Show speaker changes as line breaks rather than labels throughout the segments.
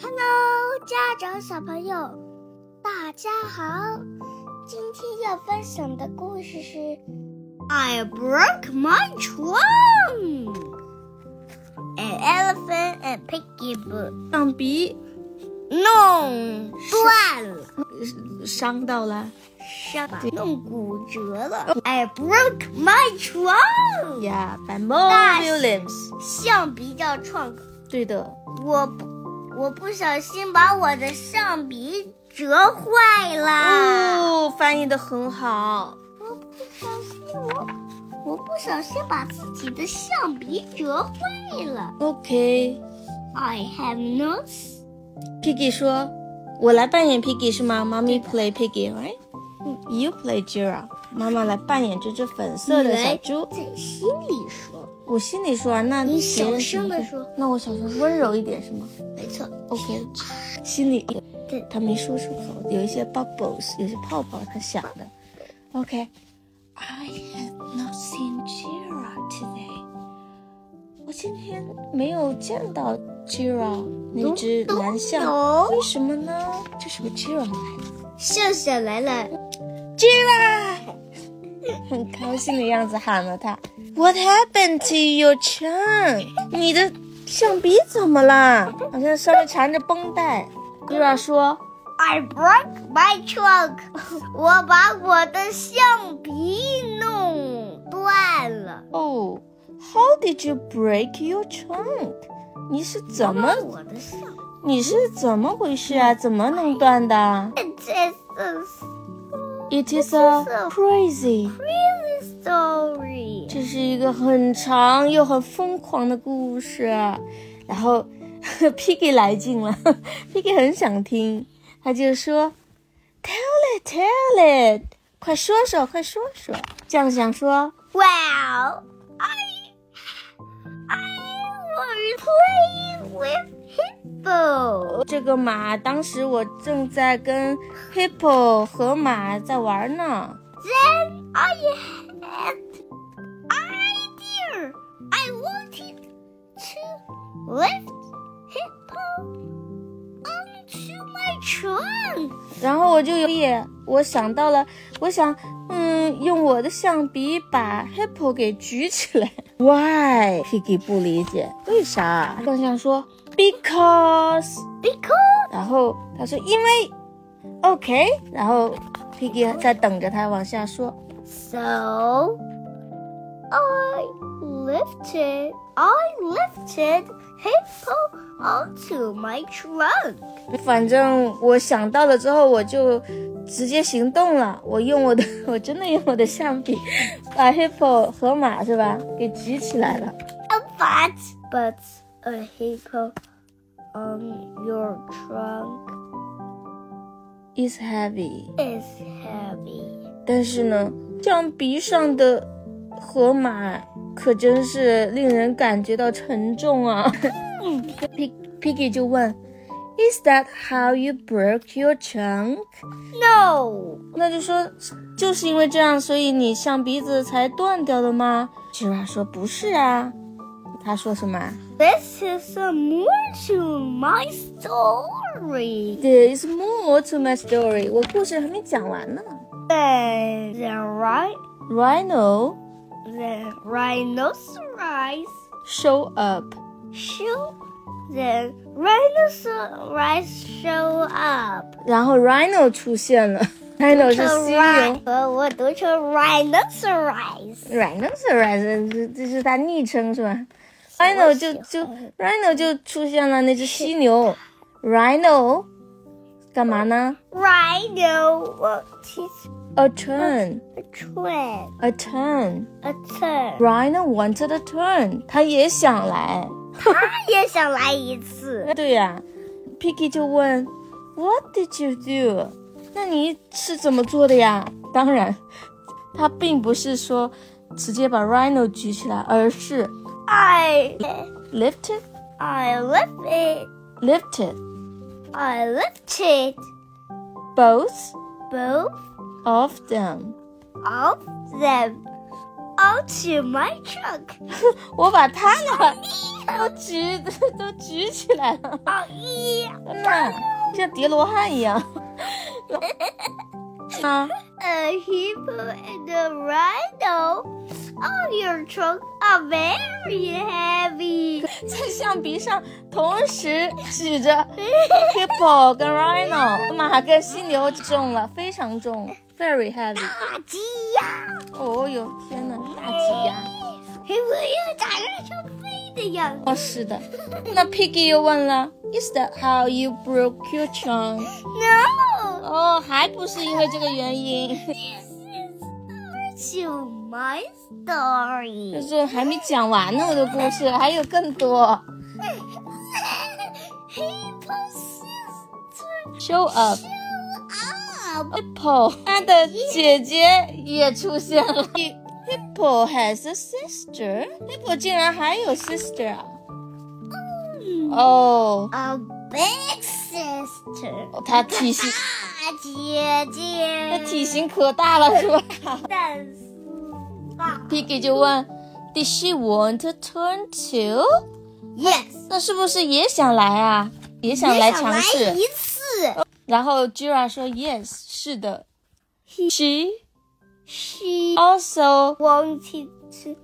Hello，家长小朋友，大家好。今天要分享的故事是《I broke my trunk》，An elephant and piggy book。
象鼻
弄断了，
伤到了
伤弄骨折了。I broke my trunk。
呀 b a m
大
Williams，
橡皮叫 trunk，
对的，
我不我不小心把我的橡皮折坏了。
哦，翻译的很好，
我不小心，我我不小心把自己的橡皮折坏了。
OK。
I have notes。
Piggy 说：“我来扮演 Piggy 是吗？Mommy play Piggy，right？You play Jira。妈妈来扮演这只粉色的小猪。
在心里说，
我心里说啊，那
你
谁
小
来
声的
扮演
说，
那我小声温柔一点是吗
没错。
？OK。心里
对
他没说出口，有一些 bubbles，有些泡泡，他想的。OK。I had not seen Jira today。我今天没有见到 Jira 那只
都
蓝象。”
有
为什么呢？这是个 Jira 来的
笑笑来了，
，Jira，很高兴的样子喊了他。What happened to your chin？你的象鼻怎么了？好像上面缠着绷带。Jira 说
I broke my trunk，我 把我的橡皮弄断了。
：“Oh, how did you break your trunk？你是怎么
把我的橡
你是怎么回事啊？怎么弄断的
这是
？It is a crazy。”
really story。
这是一个很长又很疯狂的故事。然后 Piggy 来劲了 ，Piggy 很想听，他就说：“Tell it, tell it，快说说，快说说。”酱想说
Wow, I I was playing with hippo.：“
这个马，当时我正在跟 Hippo 河马在玩呢。
Then I had idea. I wanted to lift hippo onto my trunk.
然后我就有也，我想到了，我想，嗯，用我的象鼻把 hippo 给举起来。Why? Piggy 不理解，为啥？更想说 because，
Because
然后他说因为，OK，然后 Piggy 在等着他往下说。
so I lifted. I lifted hippo onto my trunk.
反正我想到了之后，我就直接行动了。我用我的， 我真的用我的象鼻把 hippo 河马是吧给举起来了。
a bat, but a hippo on your trunk
It's heavy.
is heavy.
但是呢，象鼻上的河马可真是令人感觉到沉重啊。Pig Piggy 就问：“Is that how you broke your trunk？”
No,
那就说，就是因为这样，所以你象鼻子才断掉的吗？Jira 说：“不是啊。”他说什么啊
this is a more to my story
？There's more to my story。我故事还没讲完呢。
than than right
Rhino
than rhinoceros
show up。
show than rhinoceros show up.
然后 Rhino 出现了，Rhino 是犀牛。
Oh, 我读成 rhinoceros。
Rhinoceros，这这是他昵称是吧？Rhino 就就 Rhino 就出现了那只犀牛，Rhino 干嘛呢
Rhino 我其实
？A turn,
twin。
a turn.
a turn，
Rhino wanted a turn，他也想来。
他也想来一次。
对呀、p i g g y 就问，What did you do？那你是怎么做的呀？当然，他并不是说直接把 Rhino 举起来，而是
I
lifted,
I lift it,
lifted
I lift it
both
both
of them.
of them out my trunk.
我把它呢 都举都举起来了，
哦一，
嗯，像叠罗汉一样。 啊，
a hippo and a rhino. Oh, your trunks are very heavy.
在象鼻上同时举着 hippo 跟 rhino，马跟犀牛重了，非常重，very heavy。
大鸡呀，
哦哟，天哪，大挤压！
我要长得像飞的样子。
哦，是的。那 Piggy 又问了，Is that how you broke your trunk？
No,
哦，还不是因为这个原因，
this is to my
就
story.
是还没讲完呢，我的故事还有更多。
Hippo sister
Show up。
up.
Hippo，他的姐姐也出现了。Hippo has a sister。Hippo 竟然还有 sister 啊！哦，
A big sister.
他体型，
大姐
他
姐，
体型可大了，是吧
但是啊
？Piggy 就问，Did she want to turn to？
，yes，
那是不是也想来啊？也想来尝
也想来
试？
一次。
然后 Jira 说，Yes，是的。She
She
also
wanted to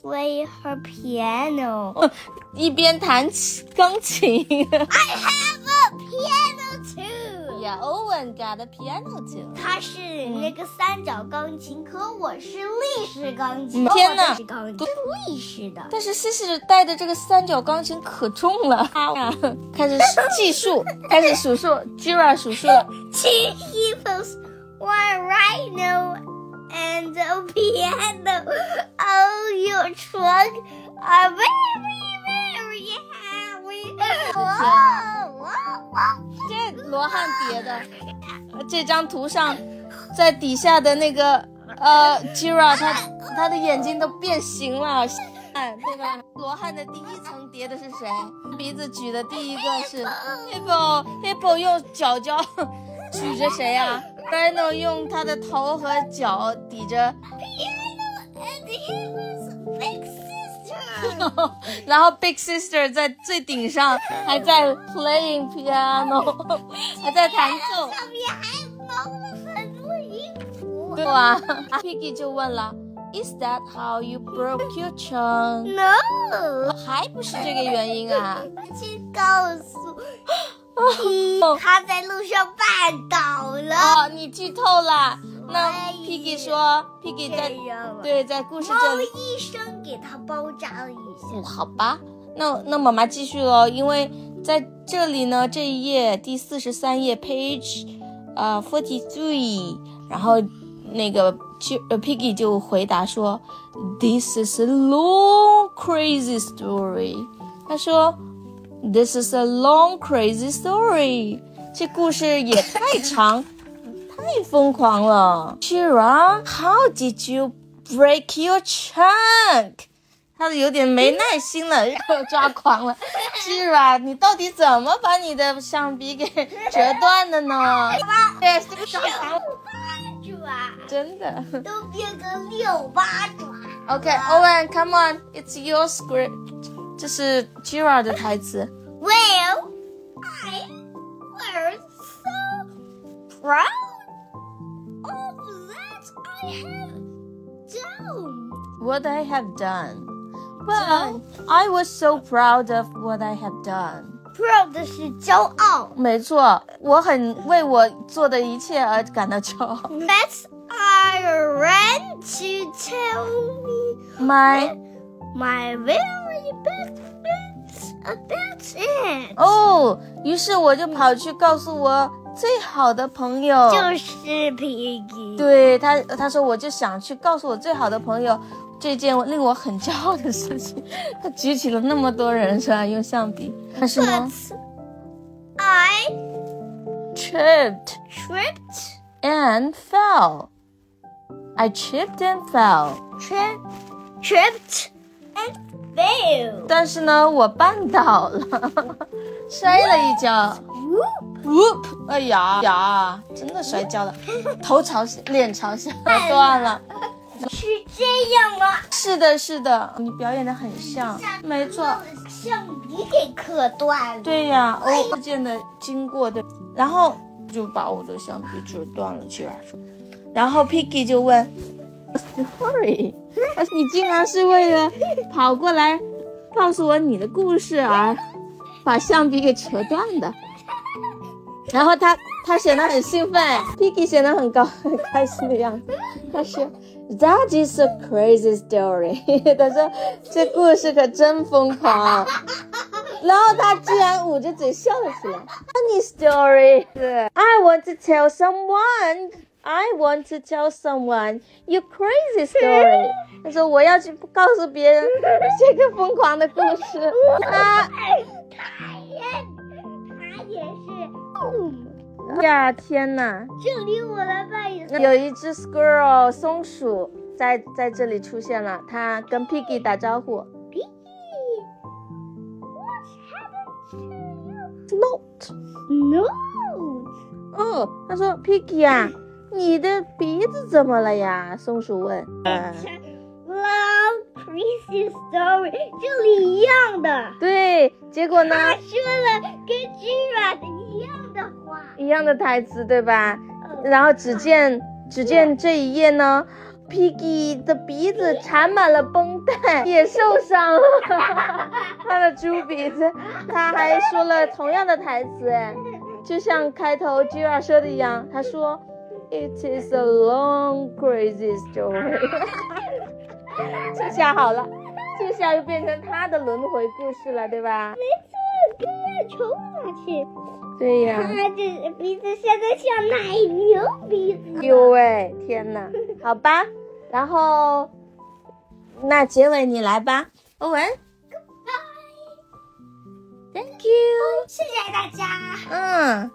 play her piano.
一边弹起钢琴。
I have a piano too.
Yeah, Owen got a piano too.
她是那个三角钢琴，可我是立式钢琴。
天哪
我是钢琴是立式的。
但是西西带的这个三角钢琴可重了，啊、开始计数，开始数数，Jira 数数了。
Two hippos, one rhino, and a piano. Oh, your trunk are very, very heavy. Whoa, whoa, whoa.
这罗汉叠的，呃这张图上，在底下的那个呃，Jira 他他的眼睛都变形了，哎，对吧？罗汉的第一层叠的是谁？鼻子举的第一个是 Hippo，Hippo 用脚脚举着谁呀、啊、？Rhino 用他的头和脚抵着
And hippos, big sister.
然后 Big Sister 在最顶上还在 playing piano，还在弹奏。
上面还毛了很多音符。
对啊，Piggy 就问了，Is that how you broke your trunk？
No，
还不是这个原因啊？
去告诉你，他在路上绊倒了。
哦，你剧透了。那
所以
Piggy 说，Piggy 在
这样了。
对在故事这
猫
里。
医生给他包扎了一下。
嗯，好吧，那那妈妈继续喽，因为在这里呢，这一页第四十三页 page，呃 forty three，然后那个就呃 Piggy 就回答说，This is a long crazy story。他说，This is a long crazy story。这故事也太长。太疯狂了 c h i r a how did you break your trunk？他有点没耐心了，又抓狂了。是吧？你到底怎么把你的橡皮给折断的呢？对，是个抓狂，
六八
真的。
爪都变成六八爪，
OK，Owen，come、on，it's your script。这是 Jira 的台词。
Well, I were so proud of that I have done.
What I have done. Well, I was so proud of what I have done.
Proud 是骄傲
没错，我很为我做的一切而感到骄 傲。
，That I ran to tell me
My
my very best friends about it，、
哦，于是我就跑去告诉我最好的朋友，
就是 Piggy。
对他，他说我就想去告诉我最好的朋友这件令我很骄傲的事情。他举起了那么多人是吧？用橡皮，他什么
But I
tripped
tripped,
and fell. I tripped and fell.
trip, tripped, and fell.
但是呢，我绊倒了， 摔了一跤。
Whoop!
Whoop！哎呀呀，真的摔跤了，头朝下，脸朝下，断了。
是这样吗？
是的，是的，你表演的很像，没错。
像你给磕断了。
对呀、哦，不见的经过对，然后就把我的橡皮筋断了去了。然后 Piggy 就问：“Sorry，你 竟然是为了跑过来告诉我你的故事啊而把橡皮给扯断的。”然后他他显得很兴奋，Piggy 显得很高很开心的样子。他说：“That is a crazy story。”他 说：“这故事可真疯狂。”然后他居然捂着嘴笑了起来。Funny story. I want to tell someone. I want to tell someone you crazy story. 他说我要去告诉别人这个疯狂的故事。啊
他也他也是。嗯，
呀，天哪！
这里我来扮演。
有一只 squirrel 松鼠在在这里出现了，它跟 Piggy 打招呼。Not，
No，
哦，他说 Piggy 啊，你的鼻子怎么了呀？松鼠问。
Long crazy story，这里一样的。
对，结果呢，
他说了跟 Giraffe 一样的话。
一样的台词，对吧？
嗯
然后只见只见这一页呢，Piggy 的鼻子缠满了绷带，也受伤了， 他的猪鼻子。他还说了同样的台词，哎，就像开头 Gira 说的一样，他说，It is a long crazy story。这下好了，这下又变成他的轮回故事了，对吧？
不要冲上去。
对呀、
他这鼻子现在像奶牛鼻子。
哎 呦喂，天哪！好吧，然后那结尾你来吧，欧文。Thank you。
谢谢大家。
嗯，